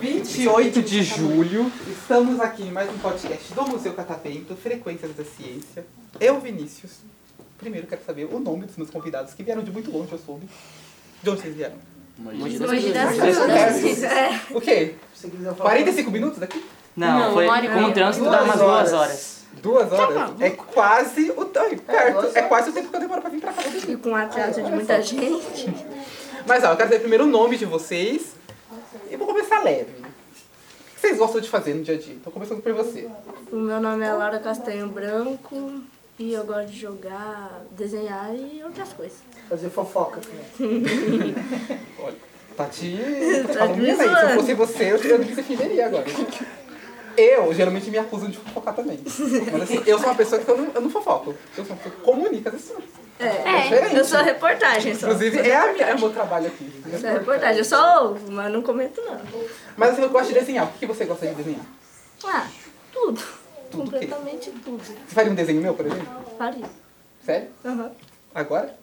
28 de julho, estamos aqui em mais um podcast do Museu Catavento, Frequências da Ciência. Eu, Vinícius. Primeiro quero saber o nome dos meus convidados, que vieram de muito longe, eu soube. De onde vocês vieram? Hoje das Hoje das frutas. frutas. É. O quê? 45 minutos daqui? Não, Não, foi uma hora e com meia. o trânsito Duas dá umas horas. duas horas. Duas horas? É quase o tempo, perto. duas É quase o tempo que eu demoro pra vir pra cá. todo dia. E com atraso de muita gente. Mas ó, eu quero saber primeiro o nome de vocês. E vou começar leve. O que vocês gostam de fazer no dia a dia? Tô começando por você. O meu nome é Laura Castanho Branco e eu gosto de jogar, desenhar e outras coisas. Fazer fofoca. criança. Olha, tá te. Tá Tá te me aí. Se eu zoando. fosse você, eu teria que se fingeria agora. Eu geralmente me acuso de fofocar também. Mas assim, eu sou uma pessoa que eu não, eu não fofoco. Eu sou uma pessoa que comunica as pessoas. É, eu sou reportagem só. Inclusive, é, a minha, é o meu trabalho aqui. Eu sou reportagem, eu só ouvo, mas não comento não. Mas assim, eu gosto de desenhar. O que você gosta de desenhar? Ah, tudo. Tudo o quê? Completamente tudo. Você faria um desenho meu, por exemplo? Faria. Sério? Aham. Agora?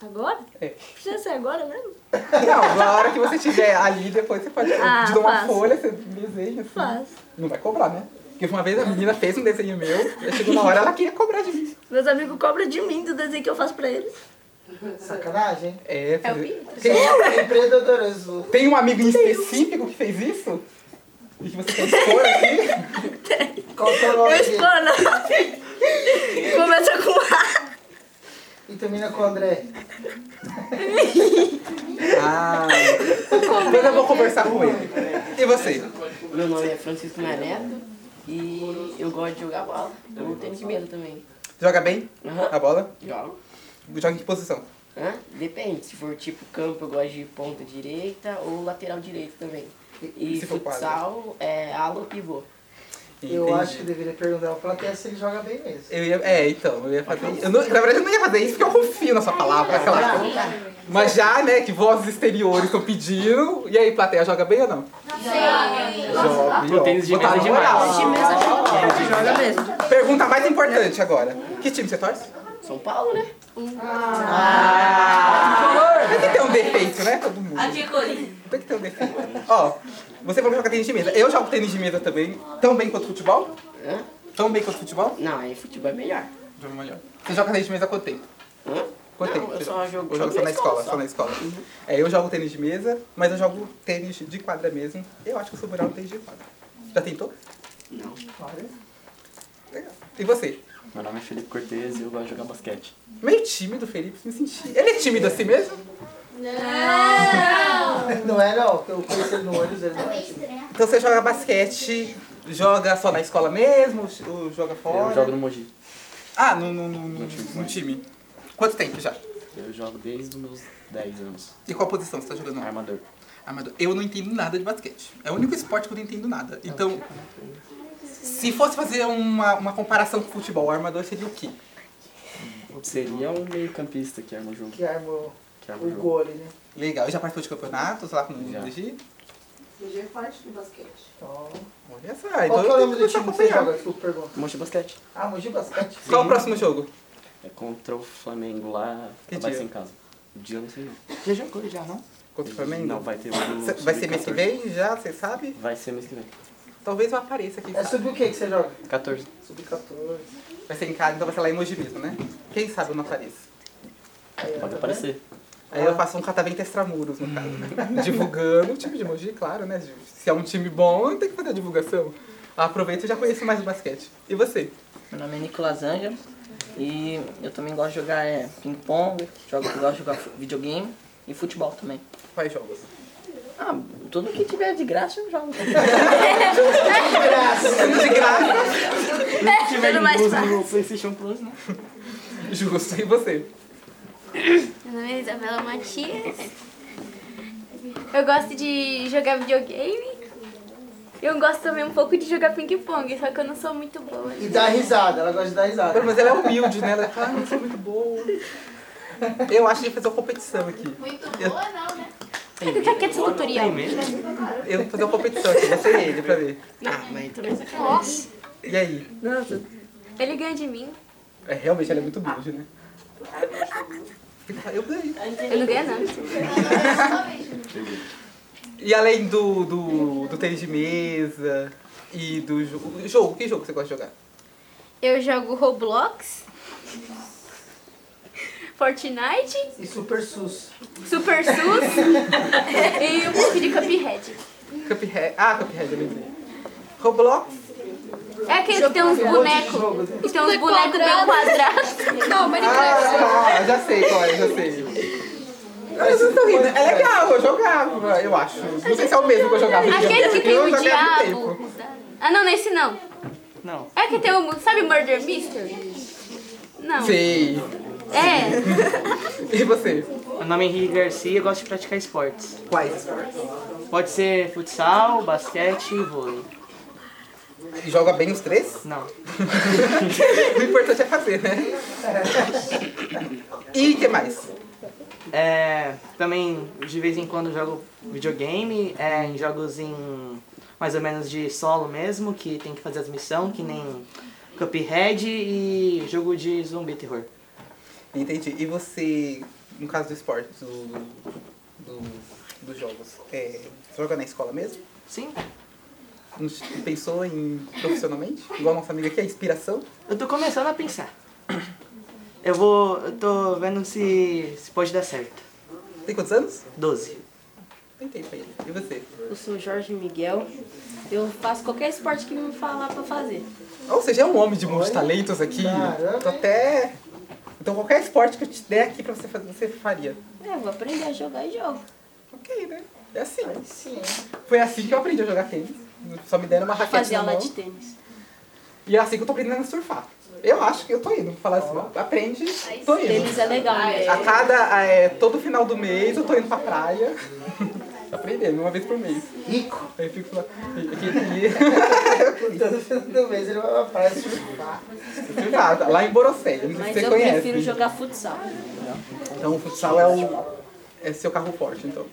Agora? É. Precisa ser agora mesmo? Não, na hora que você estiver ali, depois você pode. Ah, eu te dou uma faço. folha, você desenha assim. Faço. Não vai cobrar, né? Porque uma vez a menina fez um desenho meu, aí chegou na hora ela queria cobrar de mim. Meus amigos cobram de mim do desenho que eu faço pra eles. Sacanagem. É, É o fazer- Pinterest. tem, Empreendedorismo. tem um amigo em específico que fez isso? E que você quer expor aqui? Qual o teu Eu nome? gente? expono. Começa com A. E termina com o André. Ah, depois eu vou conversar com ele. E você? Meu nome é Francisco Neto e eu gosto de jogar bola. Eu não tenho de medo também. Joga bem Aham. a bola? Jogo. Joga em que posição? Hã? Depende, se for tipo campo, eu gosto de ponta direita ou lateral direito também. E Se for futsal é ala ou pivô. Eu Entendi. acho que deveria perguntar ao plateia se ele joga bem mesmo. Eu ia, é, então, eu ia fazer isso. Eu não- na verdade, eu não ia fazer isso porque eu confio na sua palavra. Aquela... Mas já, né, que vozes exteriores estão pedindo. E aí, plateia, joga bem ou não? Joga. O tênis de mesa é demais. De mesa ajuda. Joga mesmo. Pergunta mais importante agora. Que time você torce? São Paulo, né? Tem que ter um defeito, né, todo mundo? Tem que ter um defeito. Ó, você falou que joga tênis de mesa. Eu jogo tênis de mesa também. Tão bem quanto futebol? Hã? Tão bem quanto futebol? Não, aí futebol é melhor. Jogo melhor. Você joga tênis de mesa há quanto tempo? Hã? Quanto Não, tempo? eu você só joga? jogo- Eu jogo só na escola, só na escola. Uhum. É, eu jogo tênis de mesa, mas eu jogo tênis de quadra mesmo. Eu acho que eu sou melhor no tênis de quadra. Já tentou? Não. Olha. Legal. E você? Meu nome é Felipe Cortez e eu gosto de jogar basquete. Meio tímido, Felipe, me senti. Ele é tímido assim mesmo? Não é não, porque eu conheci ele no ônibus, ele não é tímido. Então você joga basquete, joga só na escola mesmo, ou joga fora? Eu jogo no Mogi. Ah, no, no, no, no- No time. no time. Quanto tempo já? Eu jogo desde os meus 10 anos. E qual posição você tá jogando? Armador. Amador, eu não entendo nada de basquete. É o único esporte que eu não entendo É nada. Então, se fosse fazer uma, uma comparação com futebol, o armador seria o quê? Seria um meio-campista que arma o jogo. Que arma o- Que arma o o jogo. gol ali, né? Legal, já participou de campeonatos lá com o Já. DG? Então, Olha só, então qual que é o eu tenho que começar a nome do time que você acompanhar. joga? Desculpa, pergunta. Mogi Basquete. Ah, Mogi Basquete. Qual o próximo jogo? É contra o Flamengo lá. Que vai dia? ser em casa. O dia eu não sei não. Já jogou já, não? Contra o Flamengo? Não, vai ter um. Cê- Vai ser mês que vem já, você sabe? Vai ser mês que vem. Talvez eu apareça aqui. É sabe? sobre o que que você joga? 14. Sub-14. Vai ser em casa, então vai ser lá em Mogi mesmo, né? Quem sabe eu não apareço. Pode aparecer. Aí eu faço um catavento extramuros, no caso. né? Divulgando o time de Mogi, claro, né? gente? Se é um time bom, tem que fazer a divulgação. Ah, Aproveito e já conheço mais o basquete. E você? Meu nome é Nicolas Ângelo e eu também gosto de jogar é, ping-pong, jogo, eu gosto de jogar fu- videogame e futebol também. Quais jogos? Ah, tudo que tiver de graça eu jogo. De graça. Tudo mais fácil. no PlayStation Plus, né? Justo. E você? Meu nome é Isabela Matias. Eu gosto de jogar videogame. Eu gosto também um pouco de jogar ping-pong, só que eu não sou muito boa. E dá risada, ela gosta de dar risada. Mas ela é humilde, né? Ela fala, ah, eu sou muito boa. Eu acho que a gente fazer uma competição aqui. Muito boa não, né? Fica aqui quieto seu É tutorial. né? Eu vou fazer uma competição aqui, vai ser ele pra ver. Ah, mas também você Nossa, E aí? ele ganha de mim. É, realmente ela é muito humilde, né? Eu ganhei. Ele não ganha né? nada. E além do, do, do tênis de mesa e do jogo. Jogo, que jogo você gosta de jogar? Eu jogo Roblox. Fortnite, E super sus. Super SUS e um pouco de Cuphead. Cuphead. Ah, Cuphead, eu lembrei. Roblox. É aquele que tem uns bonecos. Que tem uns bonecos meio quadrados. Não, mas Ah, já sei qual é, já sei. Não, vocês estão rindo. É legal, eu jogava, eu acho. Não sei se é o mesmo que eu jogava. Aquele que tem Eu o joguei há muito diabo. tempo. Ah, não, não é esse não. Não. É que tem o. Sabe Murder Mystery? Não. Sei. É. E você? Meu nome é Henrique Garcia e gosto de praticar esportes. Quais esportes? Pode ser futsal, basquete e vôlei. E joga bem os três? Não. O importante é fazer, né? E o que mais? É, também de vez em quando jogo videogame, é, em jogos em mais ou menos de solo mesmo, que tem que fazer as missões, que nem Cuphead e jogo de zumbi terror. Entendi. E você, no caso do esporte, do, do- dos jogos, é, você joga na escola mesmo? Sim, Não Pensou em profissionalmente? Igual a nossa amiga aqui, a é inspiração? eu tô começando a pensar. Eu vou. Eu tô vendo se, se pode dar certo. Tem quantos anos? 12. Tem tempo ainda. E você? Eu sou Jorge Miguel. Eu faço qualquer esporte que me falar pra fazer. Ou seja, é um homem de muitos talentos aqui. Caramba, Tô até. Então qualquer esporte que eu te der aqui pra você fazer, você faria. É, eu vou aprender a jogar e jogo. Ok, né? É assim. Foi assim que eu aprendi a jogar tênis. Só me deram uma raquete Fazer na aula mão. de tênis. E é assim que eu tô aprendendo a surfar. Eu acho que eu tô indo. Falar assim, ó, aprende, tô indo. Tênis é legal, né? A cada, é, todo final do mês eu tô indo pra praia. Tô aprendendo, uma vez por mês. Rico. Aí eu fico lá. aqui- Todo final do mês ele vai pra praia surfar. aqui- lá, Lá em Borocé, não sei se Mas você eu conhece. prefiro jogar futsal. Então o futsal é o é seu carro forte, então.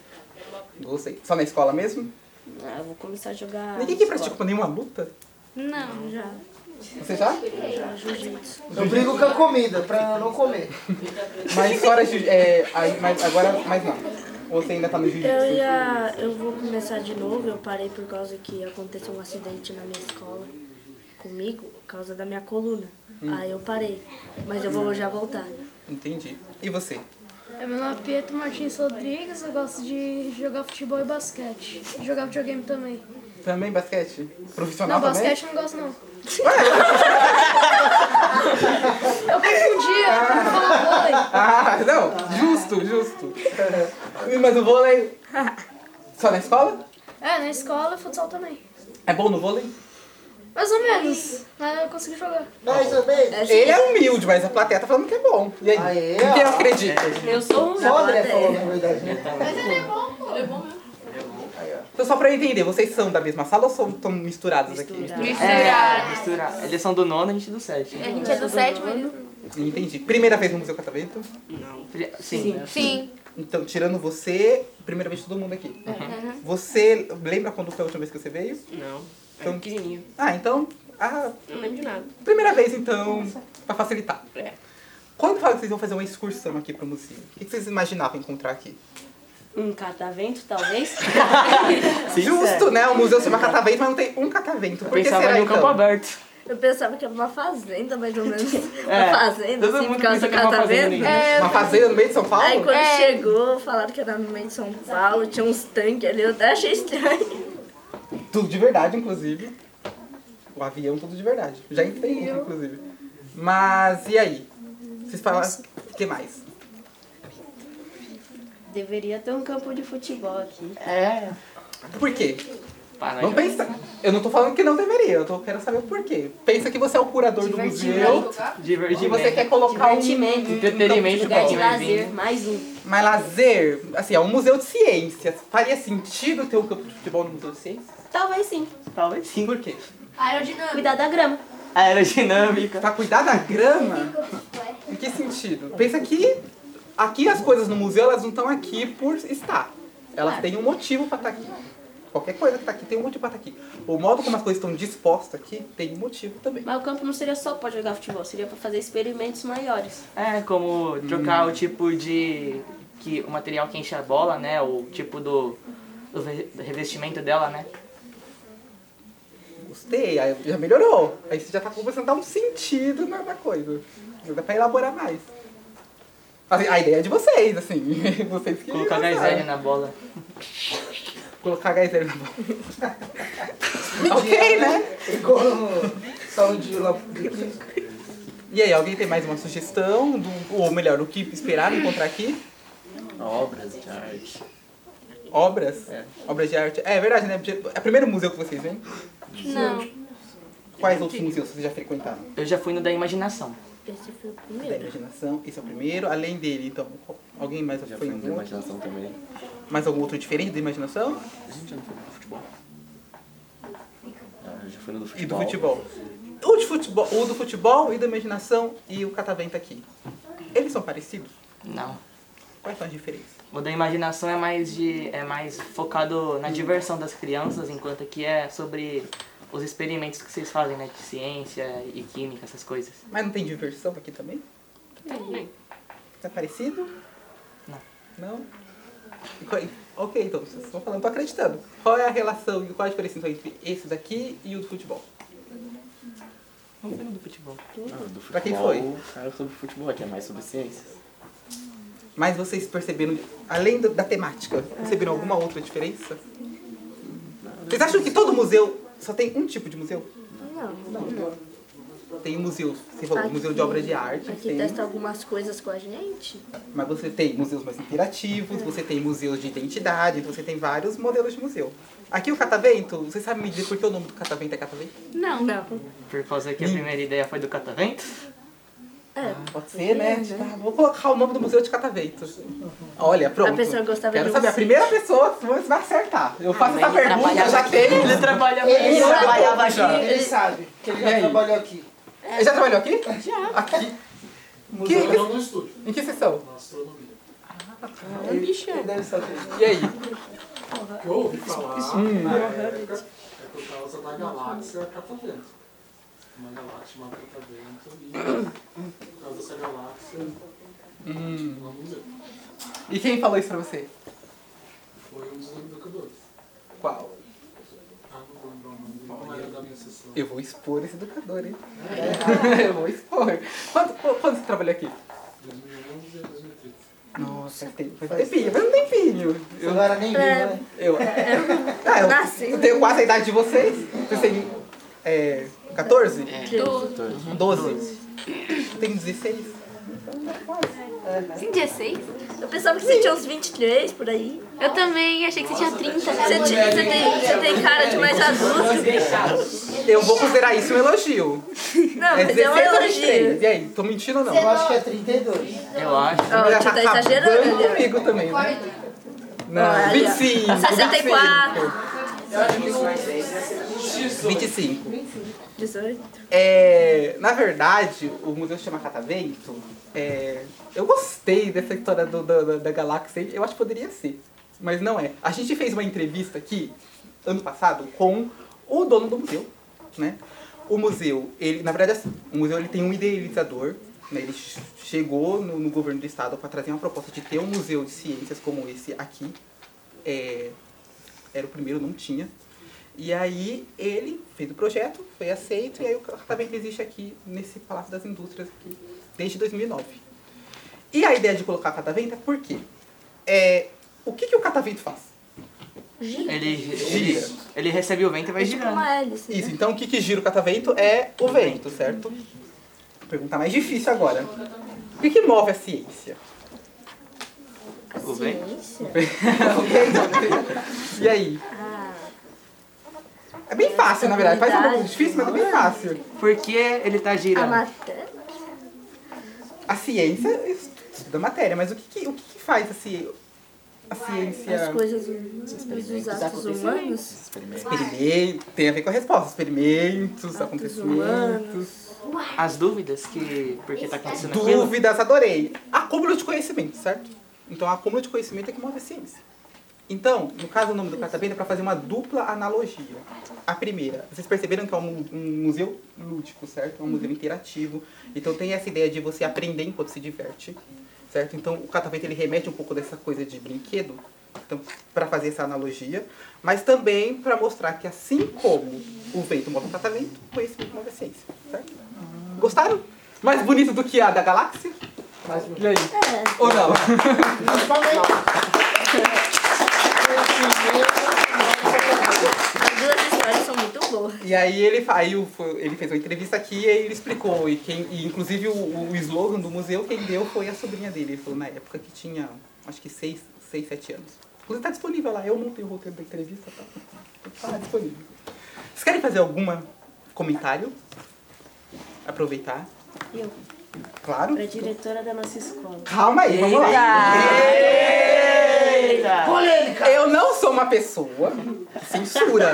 Gostei. Só na escola mesmo? Ah, eu vou começar a jogar. Ninguém na aqui escola. pratica tipo, nenhuma luta? Não. Você já? Eu brigo com a comida pra não comer. Mas fora jiu- é, aí- mas agora mais nada. Ou você ainda tá no Então, Então, Eu jiu-jitsu? ia. Eu vou começar de novo. Eu parei por causa que aconteceu um acidente na minha escola comigo, por causa da minha coluna. Hum. Aí eu parei. Mas eu vou já voltar. Entendi. E você? Meu nome é Pietro Martins Rodrigues, eu gosto de jogar futebol e basquete. E jogar videogame também. Também basquete? não, Profissional também? basquete eu não gosto não. eu confundi, eu não falo Ah, não, justo, justo. Ih, Mas o vôlei. Só na escola? vôlei. É, na escola e futsal também. É bom no vôlei? Mais ou menos, mas eu consigo jogar. Mais ou menos. Ele é humilde, mas a plateia tá falando que é bom. E aí? Aê, em quem ó. acredita? Eu sou um. Só o André é né? falou, na verdade. Então, só pra eu entender, vocês são da mesma sala ou são tão misturados aqui? Misturar. Mistura. Eles são do nono, a gente é do sete. A gente é do sétimo. ele- Entendi. Primeira vez no Museu Catavento? Não. Sim. Sim. Então, tirando você, primeira vez todo mundo aqui. Uhum. Você lembra quando foi a última vez que você veio? Não. Então- É pequenininho. Ah, então. Ah, Não lembro de nada. primeira vez então, pra facilitar. É. Quando fala que vocês vão fazer uma excursão aqui pro museu, o que que vocês imaginavam encontrar aqui? Um catavento, talvez. Justo, né? O museu se chama catavento, mas não tem um catavento. Eu Por que pensava será em um campo então? aberto. Eu pensava que era uma fazenda, mais ou menos. É, uma fazenda, todo assim, mundo por causa pensa do que é uma fazenda, casamento. né? Uma fazenda no meio de São Paulo? Aí quando É. chegou, falaram que era no meio de São Paulo, tinha uns tanques ali, eu até achei estranho. Tudo de verdade, inclusive. O avião, tudo de verdade. Já entrei, inclusive. Mas e aí? Vocês falaram. O que mais? Deveria ter um campo de futebol aqui. É. Por quê? Para, Não pensa. Eu não tô falando que não deveria, eu tô, quero saber o porquê. Pensa que você é o curador do né? museu e Divertimento. você quer colocar um, Divertimento. um Entretenimento campo de Lugar de futebol. lazer, mais um. Mas lazer, assim, é um museu de ciências. Faria sentido ter um campo de futebol no museu de ciências? Talvez sim. Talvez sim. Por quê? Aerodinâmica. Cuidar da grama. Aerodinâmica. Pra cuidar da grama? Em que sentido? Pensa que aqui as coisas no museu elas não estão aqui por estar. Elas têm um motivo pra estar aqui. Qualquer coisa que tá aqui tem um motivo pra estar aqui. O modo como as coisas estão dispostas aqui tem um motivo também. Mas o campo não seria só pra jogar futebol, seria pra fazer experimentos maiores. É, como trocar o tipo de. Que, o material que enche a bola, né? O tipo do, do re- do revestimento dela, né? Gostei, aí já melhorou. Aí você já tá começando a dar um sentido na, na coisa. Já dá pra elaborar mais. Assim, a ideia é de vocês, assim. Vocês que. Colocar lançaram. gás hélio na bola. Colocar gás hélio na bola. ok, né? Igual um saúde lá. porque- E aí, alguém tem mais uma sugestão? Do, ou melhor, o que esperar encontrar aqui? Obras de arte. Obras? Obras de arte. É, verdade, né? Porque É o primeiro museu que vocês vêm? Não. Quais outros museus vocês já frequentaram? Eu já fui no da imaginação. Esse foi o Da primeiro. imaginação, esse é o primeiro. Além dele, então, qual- alguém mais foi Já foi em na algum outro? imaginação também. Mais algum outro diferente da imaginação? A gente já não foi no futebol? Ah, já foi no do futebol. E do futebol. O, de futebol. o do futebol e da imaginação e o catavento aqui. Eles são parecidos? Não. Quais são as diferenças? O da imaginação é mais de é mais focado na diversão das crianças, enquanto aqui é sobre os experimentos que vocês fazem, né, de ciência e química, essas coisas. Mas não tem diversão aqui também? Tá parecido? Não. Não? E qual- Ok, então, vocês estão falando, tô acreditando. Qual é a relação e qual a diferença então, entre esse daqui e o do futebol? Vamos ver no do futebol. Ah, do futebol. Pra quem Cara, sobre futebol, aqui é mais sobre ciências. Mas vocês perceberam, além do- da temática, perceberam alguma outra diferença? Vocês acham que todo museu só tem um tipo de museu? Não. Tem museus, você falou, Aqui- museu de obra de arte, Aqui tem, testa algumas coisas com a gente. mas você tem museus mais interativos, você tem museus de identidade, então você tem vários modelos de museu. Aqui o catavento, vocês sabem me dizer por que o nome do catavento é catavento? Não. Não. Por causa que a primeira ideia foi do catavento. É, Pode ser, né? Tá, vou colocar o nome do museu de catavento. Olha, pronto. A pessoa gostava Quero de um saber, a sítio. Ah, primeira pessoa que você vai acertar. Eu faço essa mas ele pergunta, trabalhava já aqui. tem. Ele trabalha Ele Ele sabe, trabalhava aqui. ele sabe que ele já trabalhou aqui. É. Ele já trabalhou aqui? Já. Aqui. É. Museu Que- não no estúdio. Em que sessão? Ele, ele deve saber. E aí? que eu ouvi falar na época é por causa da galáxia Catavento. Uma galáxia chamada Catavento e por causa dessa galáxia Hum. não museu. E quem falou isso pra você? Foi um dos educadores. Qual? Ah, não vou lembrar o nome, não era da minha sessão. Eu vou expor esse educador, hein? É. Eu vou expor. Quando, quando você trabalhou aqui? 2011 e 2013. Nossa, faz tempo. Faz tempinho, faz um tempinho. Você não era nem vivo, né? Eu, É, ah, eu, Nasci. eu tenho quase a idade de vocês. Vocês têm é, Então, 14? É. Do... 12. Eu tenho 16. Sim, dia 6? eu pensava que você tinha uns 23 por aí. Eu também achei que você tinha né? 30. Você, Você tinha- você tem, você tem cara de mais adulto. Eu vou considerar isso um elogio. Não, mas é 16 um ou elogio. 23? E aí, tô mentindo ou não? Eu acho que é 32. Eu acho. Ó, o tio tá exagerando acabando ali. ó. comigo também, né? Olha. Não, 25. 64. 25. 25. 18. É, na verdade, o museu se chama Catavento. É, eu gostei dessa história do- da, da, da galáxia. aí. Eu acho que poderia ser, mas não é. A gente fez uma entrevista aqui, ano passado, com o dono do museu, né? O museu, ele, na verdade, assim, o museu ele tem um idealizador. né? Ele ch- chegou no, no governo do estado para trazer uma proposta de ter um museu de ciências como esse aqui. É, era o primeiro, não tinha. E aí ele fez o projeto, foi aceito, e aí o catavento existe aqui nesse Palácio das Indústrias aqui, desde 2009. E a ideia de colocar catavento é por quê? É, o que, que o catavento faz? Ele, Gira. ele, ele recebe o vento e vai Tipo girando. uma hélice. Isso, então o que, que gira o catavento é o vento, certo? Pergunta mais difícil agora. O que, que move a ciência? é O vento? Ciência? e aí? É bem fácil, na verdade. Parece um pouco difícil, mas é bem fácil. Porque ele tá A girando. matéria? A ciência estuda a matéria, mas o que, que- o que, que faz a, ci- a ciência? As coisas hum, dos atos humanos? Experimento, tem a ver com a resposta. Experimentos, acontecimentos. As dúvidas que. Porque tá acontecendo aquilo. Dúvidas, adorei. Acúmulo de conhecimento, certo? Então, acúmulo de conhecimento é que move a ciência. Então, no caso, o nome do catavento é para fazer uma dupla analogia. A primeira, vocês perceberam que é um, mu- um museu lúdico, certo? É um museu interativo. Então tem essa ideia de você aprender enquanto se diverte, certo? Então o catavento ele remete um pouco dessa coisa de brinquedo, então para fazer essa analogia, mas também para mostrar que assim como o vento move o catavento, o conhecimento move a ciência, certo? Gostaram? Mais bonito do que a da galáxia? Mais bonito. E aí? Ou não? As duas histórias são muito boas. E aí ele, fa- aí o- foi- ele fez uma entrevista aqui e ele explicou. E, quem, e inclusive o, o slogan do museu, quem deu foi a sobrinha dele. Ele falou na época que tinha acho que 6, seis 7 anos. Inclusive tá disponível lá, eu montei o roteiro da entrevista, tá? Tá disponível. Vocês querem fazer algum comentário? Aproveitar? Eu, Claro. a diretora da nossa escola. Calma aí, vamos lá. Eita! Polêmica! Eu não sou uma pessoa que censura.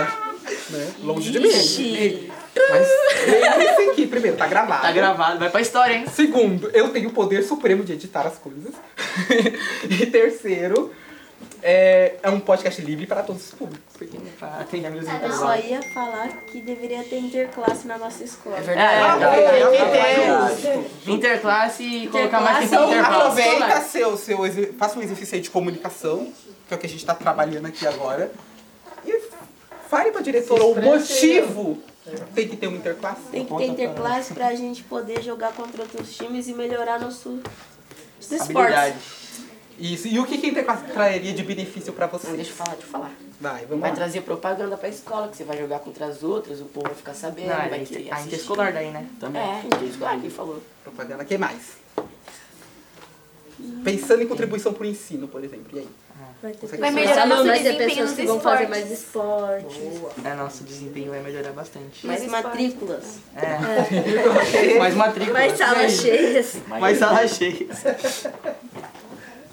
Né? Longe de mim. Ixi. Mas lembre-se que, primeiro, tá gravado. Tá gravado, vai pra história, hein? Segundo, eu tenho o poder supremo de editar as coisas. e terceiro, é, é um podcast livre para todos os públicos. Ah, tem amigos em Eu só ia falar que deveria ter interclasse na nossa escola. É Ah, Interclasse, é, interclasse, colocar mais tempo é, Então, no intervalo. aproveita seu, seu exer- faça um exercício aí de comunicação, que é o que a gente está trabalhando aqui agora. E fale para a diretora o motivo. Tem que ter um interclasse. Tem que ter interclasse pra gente poder jogar contra outros times e melhorar nosso nosso esporte. Habilidades. Isso. E o que, que a interclasse traria de benefício para você? Deixa eu falar, deixa eu falar. Vai, vamos Vai lá. trazer propaganda pra escola, que você vai jogar contra as outras, o povo vai ficar sabendo, Não, é vai inter- querer a assistir. interescolar daí, né? Também. É, interescolar, quem falou. Propaganda, que mais? Pensando em contribuição para o ensino, por exemplo. E aí? Vai ter Vai pessoas- melhorar Os nosso alunos, vai ter desempenho pessoas nos é que vão fazer esportes. mais esportes. É, nosso desempenho vai melhorar bastante. Mais matrículas. É. mais matrícula. Mais salas cheias. Mais sala cheia.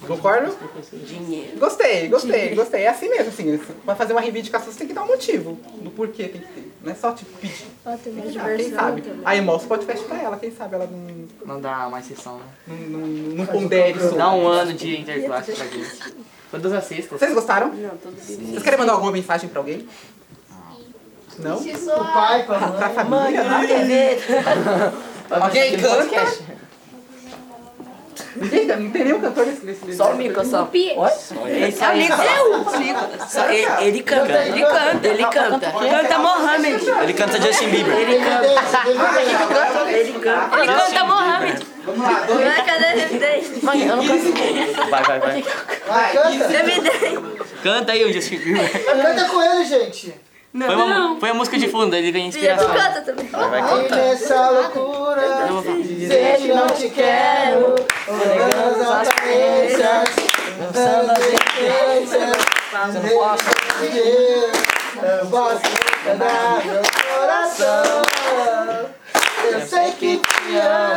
Concordo? Dinheiro. Gostei, gostei, gostei. É assim mesmo, assim. Pra fazer uma reivindicação, você tem que dar um motivo do porquê tem que ter. Não é só tipo pedir. Ó, tem mais Tem que dar, quem diversão sabe? também. Aí mostra o podcast pra ela, quem sabe ela não, Não dá mais sessão, né? não, não, não pondere sobre. Dá um ano de interclasse pra gente. Todas as sextas. Vocês gostaram? Não, todo bebê. Vocês querem mandar alguma mensagem pra alguém? Não? O pai, pra mãe. Pra família? nada? Alguém canta? Ninguém canta? Não tem nenhum cantor nesse nesse- Só o Mico, só. Pi- Esse é o Mico. Só Ele, ele canta, ele canta, ele canta. Canta Mohamed. Ele canta Justin Bieber. Ele canta. Ele canta. Ele tá canta Mohamed. Vamos lá, dois. Cadê o dente? Mãe, eu não consigo. Vai, vai, vai. Vai, Canta. Canta aí o Justin Bieber. Canta com ele, gente. Põe, uma, põe a música de fundo, ele ganha Tu inspiração. canta também. Aí nessa loucura, dizer que não te quero, olhando as aparências, dançando as essências, eu posso pedir, eu posso enganar meu coração. Eu sei que te amo.